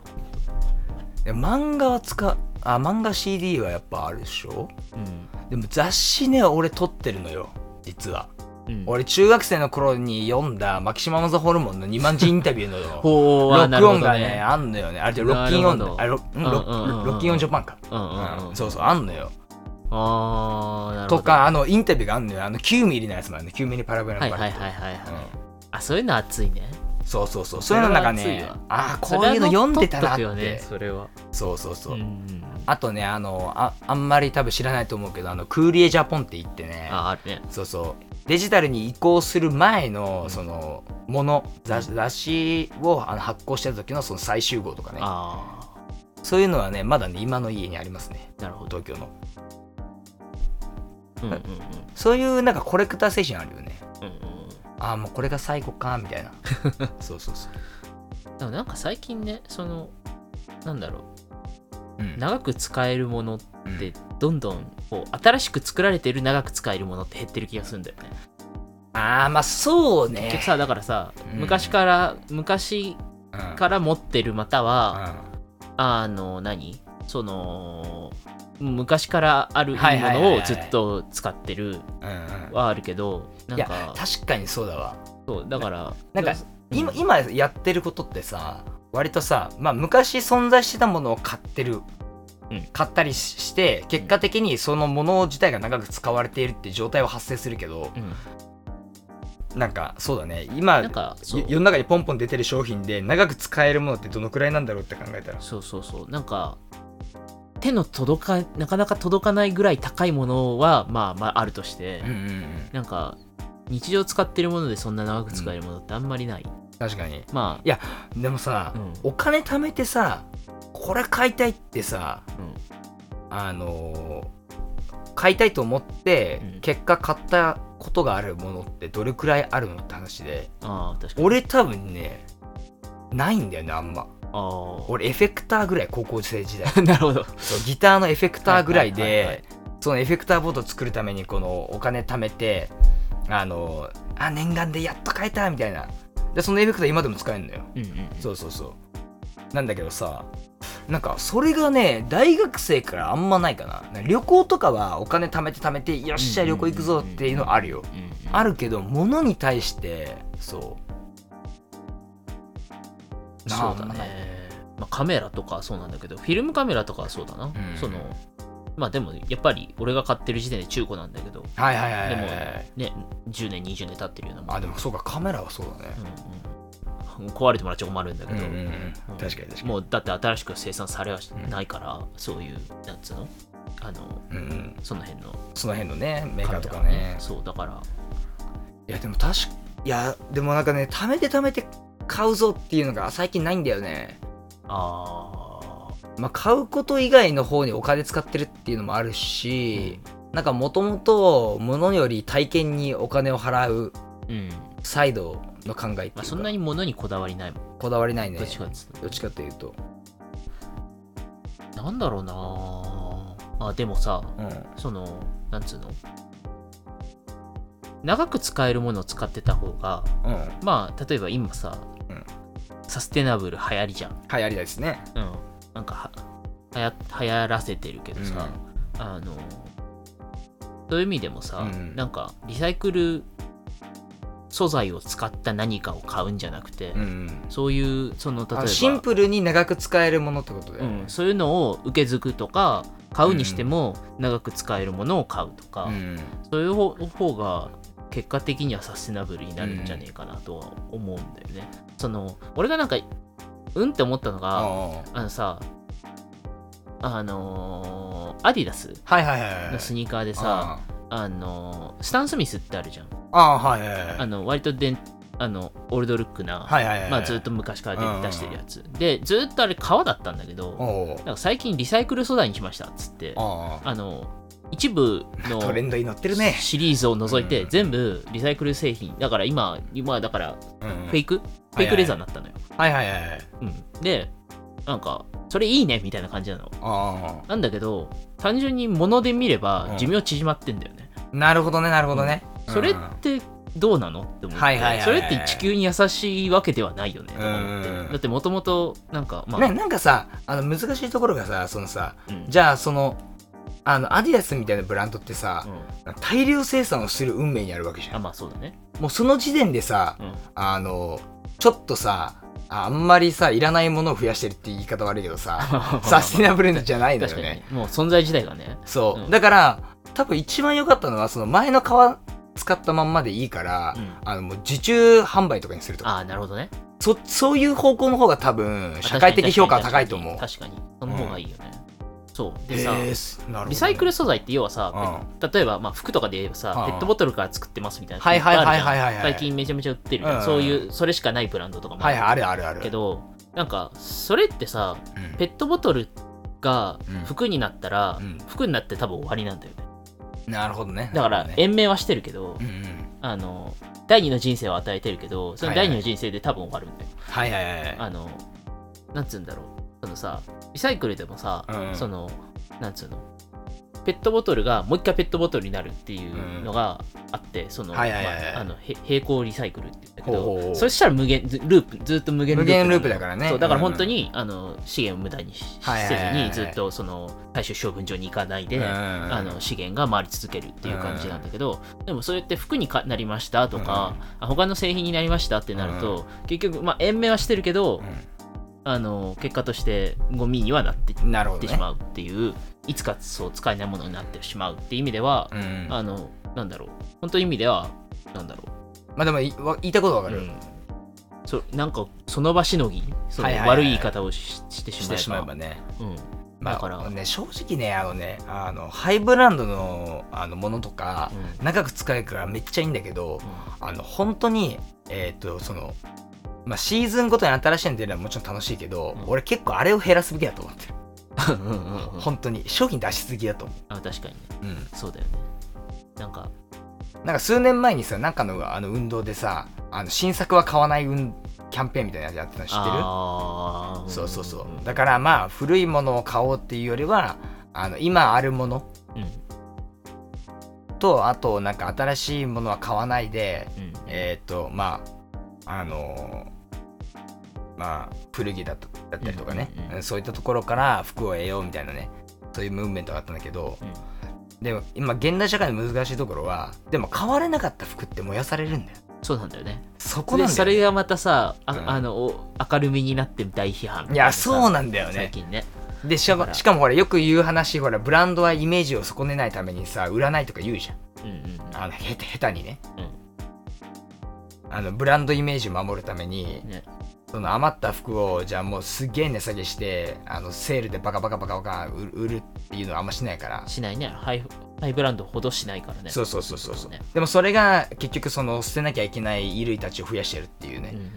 Speaker 3: で漫画は使うあ漫画 CD はやっぱあるでしょ
Speaker 4: うん
Speaker 3: でも雑誌ね俺撮ってるのよ実は
Speaker 4: うん
Speaker 3: 俺中学生の頃に読んだマキシマム・ザ・ホルモンの2万字インタビューの ロ
Speaker 4: ほうあな
Speaker 3: ッ
Speaker 4: る
Speaker 3: ク
Speaker 4: ほ
Speaker 3: オ
Speaker 4: ど
Speaker 3: ンがねあんのよねあれでロッキンオン
Speaker 4: な
Speaker 3: だ
Speaker 4: るほど
Speaker 3: あロッんロ
Speaker 4: うんうんうん
Speaker 3: ッ
Speaker 4: うん
Speaker 3: ロッキンオンジャパンか、
Speaker 4: うんうん
Speaker 3: う
Speaker 4: うんん
Speaker 3: そうそうあんのよ
Speaker 4: あーなるほ
Speaker 3: と
Speaker 4: ど
Speaker 3: かあのインタビューがあんのよあの9ミリのやつもあるね9ミリパラグラム
Speaker 4: はい
Speaker 3: パ
Speaker 4: は
Speaker 3: ラ
Speaker 4: い
Speaker 3: グ
Speaker 4: はいはい
Speaker 3: ラム
Speaker 4: はい
Speaker 3: うん
Speaker 4: あそういうの熱いね
Speaker 3: そうそうそうそういうのなんか
Speaker 4: それ
Speaker 3: ね
Speaker 4: は熱いわ
Speaker 3: ああこういうの読んでたなっ
Speaker 4: そ
Speaker 3: て
Speaker 4: れは乗っとくよねそれは
Speaker 3: そうそうそう、
Speaker 4: うんうん
Speaker 3: あとねあのああんまり多分知らないと思うけどあのクーリエ・ジャポンって言ってね
Speaker 4: ああるね
Speaker 3: そうそうデジタルに移行する前のそのもの雑雑誌をあの発行してた時のその最終号とかね
Speaker 4: あ
Speaker 3: そういうのはねまだね今の家にありますね
Speaker 4: あなるほど
Speaker 3: 東京の
Speaker 4: うんうんうん
Speaker 3: そういうなんかコレクター精神あるよね
Speaker 4: うんうん
Speaker 3: ああもうこれが最後かみたい なそうそうそう、
Speaker 4: でもなんか最近ねそのなんだろ
Speaker 3: うん
Speaker 4: う長く使えるものっ
Speaker 3: うん
Speaker 4: てどんどんこう新しく作られてる長く使えるものって減ってる気がするんだよね
Speaker 3: ああまあそうね
Speaker 4: 結局さだからさ、
Speaker 3: うん
Speaker 4: 昔から昔
Speaker 3: うん
Speaker 4: から持ってるまたは、
Speaker 3: う
Speaker 4: あの何その昔からあるいい
Speaker 3: はい
Speaker 4: も
Speaker 3: はいはい
Speaker 4: の
Speaker 3: は
Speaker 4: を
Speaker 3: い
Speaker 4: ずっと使ってる
Speaker 3: んうんうん
Speaker 4: はあるけどないん
Speaker 3: や
Speaker 4: か
Speaker 3: 確かにそうだわ
Speaker 4: そうだから
Speaker 3: なんか
Speaker 4: だうん
Speaker 3: 今今やってることってさ割とさ、まあ、昔存在してたものを買ってる、
Speaker 4: うん
Speaker 3: 買ったりしして結果的にそのもの自体が長く使われているって状態は発生するけど
Speaker 4: うん
Speaker 3: なんかそうだね今
Speaker 4: なんかそう
Speaker 3: よ世の中にポンポン出てる商品で長く使えるものってどのくらいなんだろうって考えたら
Speaker 4: そうそうそうなんか手の届かなかなか届かないぐらい高いものはまあまああるとして、
Speaker 3: うんうん
Speaker 4: なんか日常使ってるものでそんな長く使えるものってあんまりない、
Speaker 3: 確かに
Speaker 4: まあ
Speaker 3: でもさ、
Speaker 4: うん
Speaker 3: お金貯めてさこれ買いたいってさ
Speaker 4: うん
Speaker 3: あのー買いたいと思って、
Speaker 4: うん
Speaker 3: 結果買ったことがあるものってどれくらいあるのって話で
Speaker 4: ああ確かに
Speaker 3: 俺多分ねないんだよねあんま
Speaker 4: ああ
Speaker 3: 俺エフェクターぐらい高校生時代
Speaker 4: なるほど
Speaker 3: そうギターのエフェクターぐらい
Speaker 4: はいはいはいは
Speaker 3: で
Speaker 4: い
Speaker 3: そのエフェクターボード作るためにこのお金貯めてあのーあ念願でやっと買えたみたいなでそのエフェクター今でも使えるのよ
Speaker 4: うんうん
Speaker 3: そうそうそう。なんだけどさ、なんかそれがね、大学生からあんまないかな。なんか旅行とかはお金貯めて貯めて、よっしゃ、
Speaker 4: うんうん
Speaker 3: 旅行
Speaker 4: うんうん
Speaker 3: 行くぞっていうのあるよ。
Speaker 4: うんうん
Speaker 3: あるけど、物に対して、そう。なあ
Speaker 4: そうだ。
Speaker 3: あんまない
Speaker 4: ね、まあ、カメラとかはそうなんだけどフィルムカメラとかはそうだな、
Speaker 3: ん
Speaker 4: そのまあでもやっぱり俺が買ってる時点で中古なんだけど
Speaker 3: はいはいはい
Speaker 4: で
Speaker 3: は
Speaker 4: も
Speaker 3: いはい。
Speaker 4: ね10年20年経ってるようなもん
Speaker 3: あ、でもそうか、カメラはそうだね。
Speaker 4: うんうん、壊れてもらっちゃ困るんだけど、
Speaker 3: うんうんうん
Speaker 4: うん
Speaker 3: 確かに確かに
Speaker 4: もうだって新しく生産されはし
Speaker 3: うん
Speaker 4: ないから、そういうなんつうのあの
Speaker 3: うんうん。
Speaker 4: その辺の
Speaker 3: その辺のね、メーカーとか
Speaker 4: カメラは
Speaker 3: ね。
Speaker 4: そうだから
Speaker 3: いや、でも確か、いや、でもなんかね、貯めて貯めて買うぞっていうのが最近ないんだよね。
Speaker 4: あー
Speaker 3: まあ、買うこと以外の方にお金使ってるっていうのもあるし、なんかもともと物より体験にお金を払う
Speaker 4: うん、
Speaker 3: サイドの考えっていう
Speaker 4: ま
Speaker 3: か
Speaker 4: あ、そんなに物にこだわりないもん、
Speaker 3: こだわりないね
Speaker 4: どっちかっつうと
Speaker 3: どっちかっていうと、
Speaker 4: なんだろうなあでもさ
Speaker 3: うん、
Speaker 4: そのなんつうの長く使えるものを使ってた方が
Speaker 3: うん
Speaker 4: まあ例えば今さ、
Speaker 3: うん
Speaker 4: サステナブル流行りじゃん、
Speaker 3: はいありですね
Speaker 4: うん、なんかはや流行らせてるけどさ、あのそういう意味でもさ、
Speaker 3: うん
Speaker 4: なんかリサイクル素材を使った何かを買うんじゃなくて、
Speaker 3: うんうん
Speaker 4: そういうその例え
Speaker 3: あ
Speaker 4: ば
Speaker 3: のシンプルに長く使えるものってことだよ
Speaker 4: う
Speaker 3: ね
Speaker 4: ん、そういうのを受け継ぐとか買うにしても長く使えるものを買うとか、
Speaker 3: うん
Speaker 4: そういう方方が結果的にはサステナブルになるんじゃねえかなとは思うんだよね。その俺がなんかうんって思ったのがあ
Speaker 3: あ
Speaker 4: のさあのーアディダス
Speaker 3: あはいはいはいはい
Speaker 4: のスニーカーでさ、あのースタン・スミスってあるじゃん。
Speaker 3: ああはいはいはい
Speaker 4: あの割とでんあのオールドルックな、
Speaker 3: はいはいはい
Speaker 4: まあ、ずっと昔から出出してるやつ。でずっとあれ革だったんだけど、
Speaker 3: おう
Speaker 4: なんか最近リサイクル素材にしましたっつって、
Speaker 3: ああ
Speaker 4: あの、一部 の
Speaker 3: トレンドに乗ってるね、
Speaker 4: シリーズを除いて
Speaker 3: うん
Speaker 4: 全部リサイクル製品、だから今、今だから
Speaker 3: うん
Speaker 4: フェイク、フェイクレザーになったのよ。
Speaker 3: はいはいはいはい
Speaker 4: うん、で、なんか、それいいねみたいな感じなの。
Speaker 3: あ
Speaker 4: なんだけど、単純に物で見れば
Speaker 3: うん
Speaker 4: 寿命縮まってんだよね。
Speaker 3: あなるほどねなるほどね、
Speaker 4: それっ
Speaker 3: うん
Speaker 4: てどうなのって思っ
Speaker 3: はいはいはい
Speaker 4: て、
Speaker 3: はい
Speaker 4: それって地球に優しいわけではないよねとか思って
Speaker 3: うん。
Speaker 4: だってもともと、なんか、まあ、
Speaker 3: ね、なんかさあの難しいところがさそのさ
Speaker 4: うん
Speaker 3: じゃあそのあのアディダスみたいなブランドってさ
Speaker 4: う、ん
Speaker 3: 大量生産をする運命にあるわけじゃ
Speaker 4: あ、
Speaker 3: ん
Speaker 4: まあそうだね。
Speaker 3: もうその時点でさ
Speaker 4: うん
Speaker 3: あのちょっとさああんまりさいらないものを増やしてるって言い方悪いけ どさサステナブルじゃないのよ
Speaker 4: 確かに
Speaker 3: ね
Speaker 4: ねもう存在自体がね。
Speaker 3: そう、
Speaker 4: うん
Speaker 3: だから多分一番良かったのはその前の皮使ったまんまでいいから、
Speaker 4: うん
Speaker 3: あのもう受注販売とかにするとか
Speaker 4: ああ、なるほどね。
Speaker 3: そそういう方向の方が多分社会的評価は高いと思う
Speaker 4: 確かに。その方がいいよね。そう。でさ、
Speaker 3: へーすなるほどね
Speaker 4: リサイクル素材って要はさ、例えばまあ服とかで言えばさ、
Speaker 3: うん
Speaker 4: ペットボトルから作ってますみたいな。
Speaker 3: はいはいはいはい
Speaker 4: いっぱいあるじゃん
Speaker 3: はいはい
Speaker 4: 最近めちゃめちゃ売ってるじゃん
Speaker 3: うん
Speaker 4: そういう、それしかないブランドとかも
Speaker 3: はいはい
Speaker 4: あ
Speaker 3: あるあるある
Speaker 4: るけど、なんか、それってさ、
Speaker 3: うん
Speaker 4: ペットボトルが
Speaker 3: うん
Speaker 4: 服になったら
Speaker 3: うん、
Speaker 4: 服になって多分終わりなんだよね。
Speaker 3: なるほどね
Speaker 4: だから
Speaker 3: なる、ほどね
Speaker 4: 延命はしてるけど
Speaker 3: う、んうん
Speaker 4: あの、第二の人生を与えてるけど、その第二の人生で多分終わるんだよ。
Speaker 3: はいはいはい
Speaker 4: あの、なんつうんだろう、そのさ、リサイクルでもさ、
Speaker 3: うん
Speaker 4: その、なんつうの、ペットボトルがもう一回ペットボトルになるっていうのがあって、その、
Speaker 3: はいはいはいはい
Speaker 4: まああのへ平行リサイクルって言うんだけ
Speaker 3: ほ
Speaker 4: ど、
Speaker 3: うほうほう
Speaker 4: そしたら無限ずループずっと無限
Speaker 3: 無限ループだ
Speaker 4: ら
Speaker 3: からね
Speaker 4: そうだから本当に、あの資源を無駄にし
Speaker 3: はいはい
Speaker 4: せ
Speaker 3: はい
Speaker 4: ず
Speaker 3: はい
Speaker 4: にずっとその最終処分場に行かないで、あ
Speaker 3: あ
Speaker 4: の資源が回り続けるっていう感じなんだけど、でもそれって服にかなりましたとか、あ他の製品になりましたってなると、結局、まあ、延命はしてるけど、あの結果としてゴミにはなっていっ
Speaker 3: なるほど
Speaker 4: て
Speaker 3: ね
Speaker 4: しまうっていう、いつかそう使えないものになってしまうっていう意味では、
Speaker 3: うん
Speaker 4: あのなんだろう本当の意味ではなんだろ
Speaker 3: まあでもいわ言いたいことわか
Speaker 4: う、う
Speaker 3: る、
Speaker 4: ん、そなんかその場しのぎその
Speaker 3: はいはいはい
Speaker 4: 悪い言い方をししてしまえ
Speaker 3: し
Speaker 4: ば
Speaker 3: てしまえばね
Speaker 4: うん、
Speaker 3: まあ、
Speaker 4: だから
Speaker 3: ね正直ねあのねあのハイブランドのあのものとか、
Speaker 4: うん
Speaker 3: 長く使えるからめっちゃいいんだけど、あの本当にえっ、とそのまあ、シーズンごとに新しいの出るのはもちろん楽しいけど、
Speaker 4: うん
Speaker 3: 俺結構あれを減らすべきだと思ってる、
Speaker 4: うんうん うんうん
Speaker 3: 本当に商品出しすぎだと思
Speaker 4: あ確かにね
Speaker 3: う、うん、
Speaker 4: そうだよねなんか
Speaker 3: なんか数年前にさなんかのあの運動でさあの新作は買わない運キャンペーンみたいなやつやってたの知ってる
Speaker 4: あー
Speaker 3: そうそうそう、
Speaker 4: ん
Speaker 3: だからまあ古いものを買おうっていうよりはあの今あるもの
Speaker 4: うんうん
Speaker 3: とあとなんか新しいものは買わないでえっ、とまああのーまあ古着だとだったりとかね、
Speaker 4: うんうんうん
Speaker 3: うんそういったところから服を得ようみたいなねそういうムーブメントがあったんだけど
Speaker 4: うん
Speaker 3: でも今現代社会の難しいところはでも買われなかった服って燃やされるんだよ
Speaker 4: そうなんだよね
Speaker 3: そこ
Speaker 4: で
Speaker 3: なんだ
Speaker 4: そ
Speaker 3: よ、ね、
Speaker 4: れがまたさあ,、
Speaker 3: うん
Speaker 4: あのお明るみになって大批判
Speaker 3: いやそう
Speaker 4: だ
Speaker 3: なんだよね
Speaker 4: 最近ね
Speaker 3: でしか
Speaker 4: だか
Speaker 3: も
Speaker 4: ら
Speaker 3: しかもほらよく言う話ほらブランドはイメージを損ねないためにさ売らないとか言うじゃん
Speaker 4: うんうんうん
Speaker 3: あのへて下手にね、
Speaker 4: う
Speaker 3: あのブランドイメージを守るために
Speaker 4: ね
Speaker 3: その余った服をじゃあもうすげえ値下げしてあのセールでバカバカバカバカ売売るっていうのはあんましないから、
Speaker 4: しないねハイハイブランドほどしないからね
Speaker 3: そうそうそうそうそう、
Speaker 4: ね
Speaker 3: でもそれが結局その捨てなきゃいけない衣類たちを増やしてるっていう
Speaker 4: うん
Speaker 3: ね、
Speaker 4: うんうん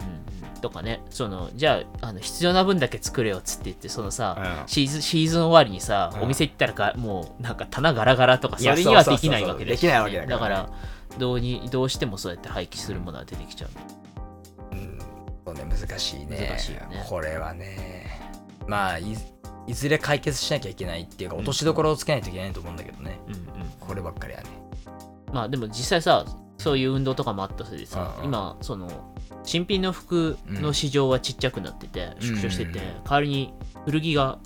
Speaker 4: とかねそのじゃああの必要な分だけ作れよっつって言ってそのさ、
Speaker 3: うん
Speaker 4: シーズンシーズン終わりにさ、
Speaker 3: うん
Speaker 4: お店行ったらかもうなんか棚ガラガラとか
Speaker 3: い
Speaker 4: そ
Speaker 3: や
Speaker 4: れには
Speaker 3: そう
Speaker 4: で
Speaker 3: そうそう
Speaker 4: き
Speaker 3: そう
Speaker 4: ないわけ
Speaker 3: できないわけだから
Speaker 4: だからどうにどうしてもそうやって廃棄するものは出てきちゃう
Speaker 3: うんそうね難しいね
Speaker 4: 難しいよね
Speaker 3: これはねまあいいずれ解決しなきゃいけないっていうか落としどころをつけないといけないと思うんだけどね、
Speaker 4: うんうん
Speaker 3: こればっかりはね
Speaker 4: まあでも実際さそういう運動とかもあったせいでさ、
Speaker 3: うんうん
Speaker 4: 今その新品の服の市場はちっちゃくなってて、
Speaker 3: うん
Speaker 4: 縮小してて、
Speaker 3: うんうん
Speaker 4: 代わりに古着が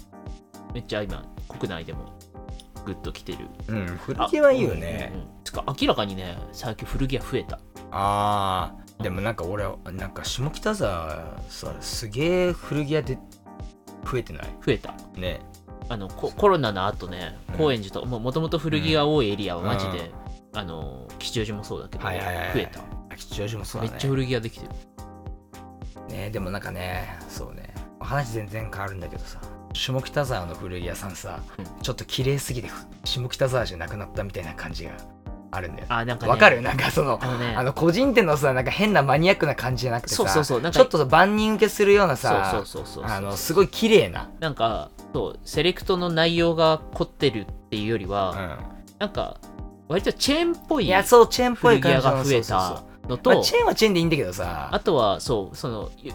Speaker 4: めっちゃ今国内でもグッときてる
Speaker 3: うん古着はいいよね、
Speaker 4: うんうんうんつか明らかにね最近古着は増えた
Speaker 3: ああでもなんか俺なんか下北沢さすげえ古着屋で増えてない
Speaker 4: 増えた
Speaker 3: ね
Speaker 4: あのココロナの後ね
Speaker 3: うん
Speaker 4: 高円寺ともともと古着が多いエリアはマジで、
Speaker 3: うん
Speaker 4: あの吉祥寺もそうだけど、
Speaker 3: はいはいはいはい
Speaker 4: 増えた、
Speaker 3: 吉祥寺もそう
Speaker 4: め
Speaker 3: だ
Speaker 4: っ
Speaker 3: ね
Speaker 4: ちゃ古着ができてる
Speaker 3: ねでもなんかねそうね話全然変わるんだけどさ下北沢の古着屋さんさ、
Speaker 4: うん
Speaker 3: ちょっと綺麗すぎて下北沢じゃなくなったみたいな感じがあるんだよ
Speaker 4: あなんかね
Speaker 3: わかるなんかその
Speaker 4: あのね
Speaker 3: あの個人店のさなんか変なマニアックな感じじゃなくてさ
Speaker 4: そうそうそうなんか
Speaker 3: ちょっと万人受けするようなさ
Speaker 4: そうそうそうそう
Speaker 3: あのすごい綺麗な、
Speaker 4: なんかそうセレクトの内容が凝ってるっていうより
Speaker 3: う
Speaker 4: は、
Speaker 3: ん、
Speaker 4: なんか割とチェーンっぽ
Speaker 3: い
Speaker 4: い
Speaker 3: やそうチェーンっぽ
Speaker 4: 古
Speaker 3: い
Speaker 4: 着
Speaker 3: 感
Speaker 4: 屋
Speaker 3: じの
Speaker 4: が増えたのと、
Speaker 3: まあ、チェーンはチェーンでいいんだけどさ
Speaker 4: あとはそうそのい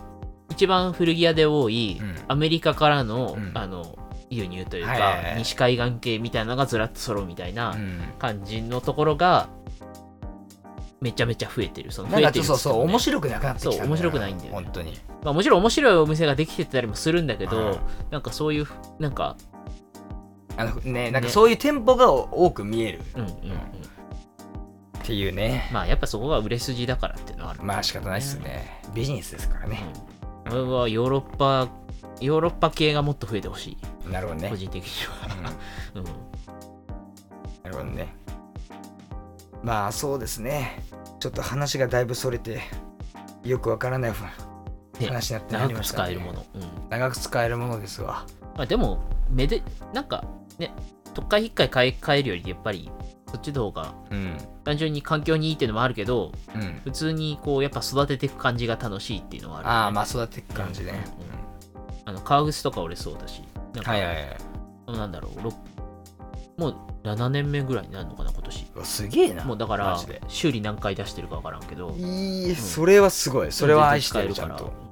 Speaker 4: 一番古着屋で多い、
Speaker 3: うん
Speaker 4: アメリカからの,、
Speaker 3: うん
Speaker 4: あの輸入というか、
Speaker 3: はいはいはい
Speaker 4: 西海岸系みたいなのがずらっと揃うみたいな
Speaker 3: うん
Speaker 4: 感じのところがめちゃめちゃ増えてるその
Speaker 3: な
Speaker 4: 増
Speaker 3: ん
Speaker 4: え
Speaker 3: かち
Speaker 4: て
Speaker 3: ょ
Speaker 4: る
Speaker 3: っとそうそう面
Speaker 4: い
Speaker 3: 白くなくなってきたんだよ
Speaker 4: そう面白くないんだよね
Speaker 3: 本当に
Speaker 4: まあ、もちろん面白いお店ができてたりもするんだけど、
Speaker 3: うん
Speaker 4: なんかそういうふなんか
Speaker 3: あのねなんか
Speaker 4: ね
Speaker 3: そういう店舗が多く見える
Speaker 4: うんうんうん
Speaker 3: っていうね
Speaker 4: まあやっぱそこが売れ筋だからっていうのはある、
Speaker 3: まあ仕方ないっすねビジネスですからね
Speaker 4: うん、俺はヨーロッパヨーロッパ系がもっと増えてほしい、
Speaker 3: なるほどね
Speaker 4: 個人的に は、うん
Speaker 3: なるほどねまあそうですねちょっと話がだいぶそれてよくわからない
Speaker 4: ね
Speaker 3: 話になってな
Speaker 4: 長
Speaker 3: りま
Speaker 4: く
Speaker 3: した
Speaker 4: 使
Speaker 3: ね
Speaker 4: えるもの、うん
Speaker 3: 長く使えるものですわ
Speaker 4: まあ、でもめでなんかね特会引っかい買い替えるよりやっぱりそっちの方が
Speaker 3: うん
Speaker 4: 単純に環境にいいっていうのもあるけど
Speaker 3: うん
Speaker 4: 普通にこうやっぱ育てていく感じが楽しいっていうのはある
Speaker 3: ああまあ育っていく感じね
Speaker 4: うんうんあの革靴とか俺そうだしなんか、
Speaker 3: はいはいはい
Speaker 4: なんだろうろもう7年目ぐらいになるのかな今年
Speaker 3: うわすげえな
Speaker 4: もうだか
Speaker 3: マ
Speaker 4: ら
Speaker 3: ジで
Speaker 4: 修理何回出してるか分からんけど
Speaker 3: いい、
Speaker 4: ん
Speaker 3: それはすごいそれは愛してる
Speaker 4: 全
Speaker 3: ちゃ
Speaker 4: 然
Speaker 3: ん
Speaker 4: 使
Speaker 3: と
Speaker 4: えか、
Speaker 3: うん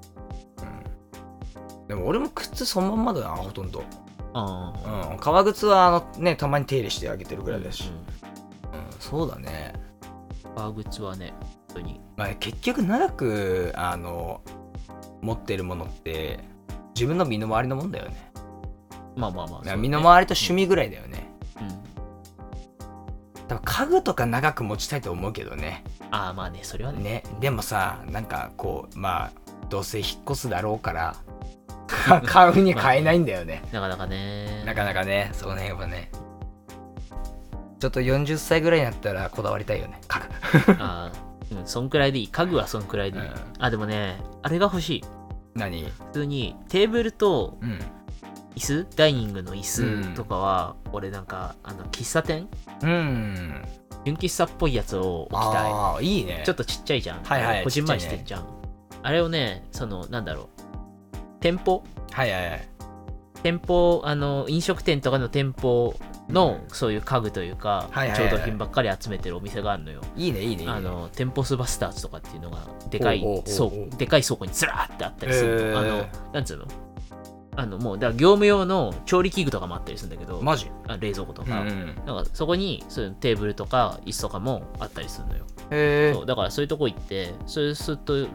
Speaker 3: でも俺も靴そのまんまだなほとんど
Speaker 4: ああ
Speaker 3: うん、革靴はあの、ね、たまに手入れしてあげてるぐらいだし、うんそうだね、
Speaker 4: うん革靴はね本当に
Speaker 3: まあ、結局長くあの持ってるものって自分の身の回りのもんだよね
Speaker 4: まあまあまあそうだね
Speaker 3: 身の回りと趣味ぐらいだよね、
Speaker 4: うん
Speaker 3: 多分家具とか長く持ちたいと思うけどね
Speaker 4: ああまあねそれはね
Speaker 3: ねでもさなんかこうまあどうせ引っ越すだろう から買うに買えないんだよね
Speaker 4: なかなかね
Speaker 3: なかなかねその辺はねちょっと40歳ぐらいになったらこだわりたいよね家具
Speaker 4: あーうんそんくらいでいい家具はそんくらいでいい、
Speaker 3: うん
Speaker 4: あでもねあれが欲しい
Speaker 3: 何
Speaker 4: 普通にテーブルと
Speaker 3: うん
Speaker 4: 椅子ダイニングの椅子とかは、俺なんかあの喫茶店
Speaker 3: うん
Speaker 4: 純喫茶っぽいやつを置きたい
Speaker 3: ああいいね
Speaker 4: ちょっとちっちゃいじゃん。
Speaker 3: はいはい
Speaker 4: こじんまりしてるじゃん。あれをね、その、なんだろう。店舗
Speaker 3: はいはいはい
Speaker 4: 店舗、あの、飲食店とかの店舗の、
Speaker 3: う
Speaker 4: そういう家具というか、
Speaker 3: はいはいはい
Speaker 4: 調度品ばっかり集めてるお店があるのよ。
Speaker 3: いいねいいねいいね
Speaker 4: あの、店舗スバスターズとかっていうのが、でかい
Speaker 3: おうおうおうおう
Speaker 4: 倉庫、でかい倉庫にずらーってあったりするの。
Speaker 3: へー
Speaker 4: あの、なんつうのあの、もう、だから業務用の調理器具とかもあったりするんだけど、
Speaker 3: マジ
Speaker 4: あ冷蔵庫と
Speaker 3: う
Speaker 4: か。
Speaker 3: ん
Speaker 4: なんかそこにそういうテーブルとか椅子とかもあったりするのよ。
Speaker 3: へ
Speaker 4: そうだからそういうとこ行ってそれすると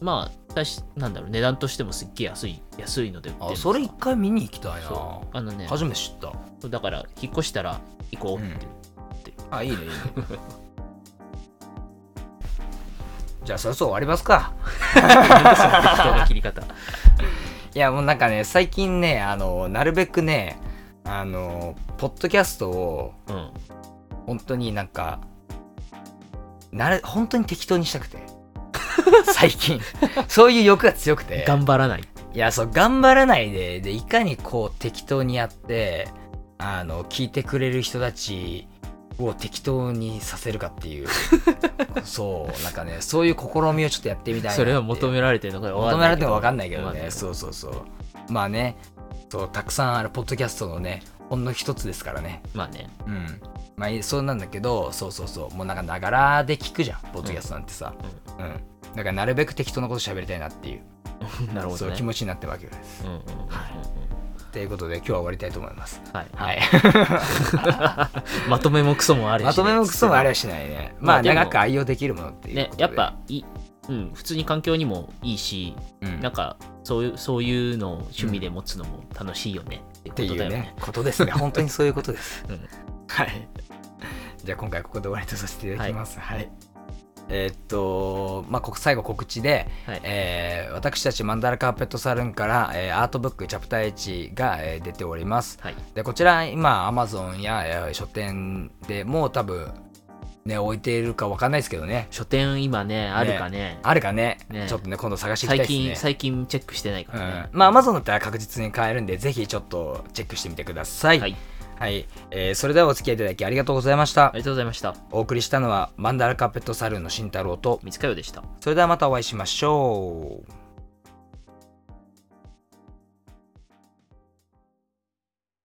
Speaker 4: まあ大しなんだろう値段としてもすっげえ安い安いので売ってる
Speaker 3: あそれ一回見に行きたい
Speaker 4: そ
Speaker 3: な
Speaker 4: うあのね
Speaker 3: 初めて知った
Speaker 4: だから引っ越したら行こうって、
Speaker 3: あいいねいい ねじゃあそろそろ終わりますか
Speaker 4: 適当な切 り方
Speaker 3: いやもうなんかね最近ねあのなるべくねあのポッドキャストを
Speaker 4: うん
Speaker 3: 本当になんかなる本当に適当にしたく て最近そういう欲が強くて
Speaker 4: 頑張らない
Speaker 3: いやそう頑張らないででいかにこう適当にやってあの聞いてくれる人たちを適当にさせるかっていう そうなんかねそういう試みをちょっとやってみたいなって
Speaker 4: それは求められてるのか
Speaker 3: 求められても分かんないけど
Speaker 4: わ
Speaker 3: ね
Speaker 4: そ
Speaker 3: そうそうそうまあねそうたくさんあるポッドキャストのねほんの一つですからね
Speaker 4: まあね
Speaker 3: うんまあいいそうなんだけどそうそうそうもうなんかながらで聞くじゃんポッドキャストなんてさうん、だからなるべく適当なこと喋りたいなっていう
Speaker 4: なるほ
Speaker 3: そ
Speaker 4: ど
Speaker 3: ういう
Speaker 4: ね
Speaker 3: 気持ちになってるわけです
Speaker 4: うんうんうんうんうん
Speaker 3: ということで今日は終わりたいと思います。
Speaker 4: はい
Speaker 3: はい。
Speaker 4: まとめもクソもあれしね
Speaker 3: まとめもクソもあれはしないね。まあ
Speaker 4: まあでも
Speaker 3: 長く愛用できるものっていう
Speaker 4: ね
Speaker 3: ことで
Speaker 4: やっ、ぱいうん普通に環境にもいいし
Speaker 3: うん、
Speaker 4: な
Speaker 3: っ
Speaker 4: んかそういうそういうのを趣味で持つのも楽しいよねって
Speaker 3: て
Speaker 4: こ
Speaker 3: い
Speaker 4: とだ
Speaker 3: う
Speaker 4: よ
Speaker 3: ね
Speaker 4: ね。
Speaker 3: ことです ね。本当にそういうことです。
Speaker 4: うん
Speaker 3: はい。じゃあ今回ここで終わりとさせていただきます。はい。えーっと、まあ、こ最後告知で、
Speaker 4: はい
Speaker 3: えー私たちマンダラカーペットサルンから、えーアートブックチャプター1が、えー出ております。
Speaker 4: はい
Speaker 3: でこちら今 Amazon や、えー書店でもう多分ね置いているかわかんないですけどね
Speaker 4: 書店今ねあるかね
Speaker 3: あるかね
Speaker 4: ね
Speaker 3: ちょっとね今度探していきた
Speaker 4: 最
Speaker 3: いですね
Speaker 4: 近最近チェックしてないからね、
Speaker 3: うん、まあ Amazon だったら確実に買えるんでぜひちょっとチェックしてみてください、
Speaker 4: は
Speaker 3: はい
Speaker 4: い
Speaker 3: えーそれではお付き合いいただきありがとうございました、
Speaker 4: ありがとうございました
Speaker 3: お送りしたのはマンダラカーペットサルーンの慎太郎と
Speaker 4: 三塚洋でした
Speaker 3: それではまたお会いしましょう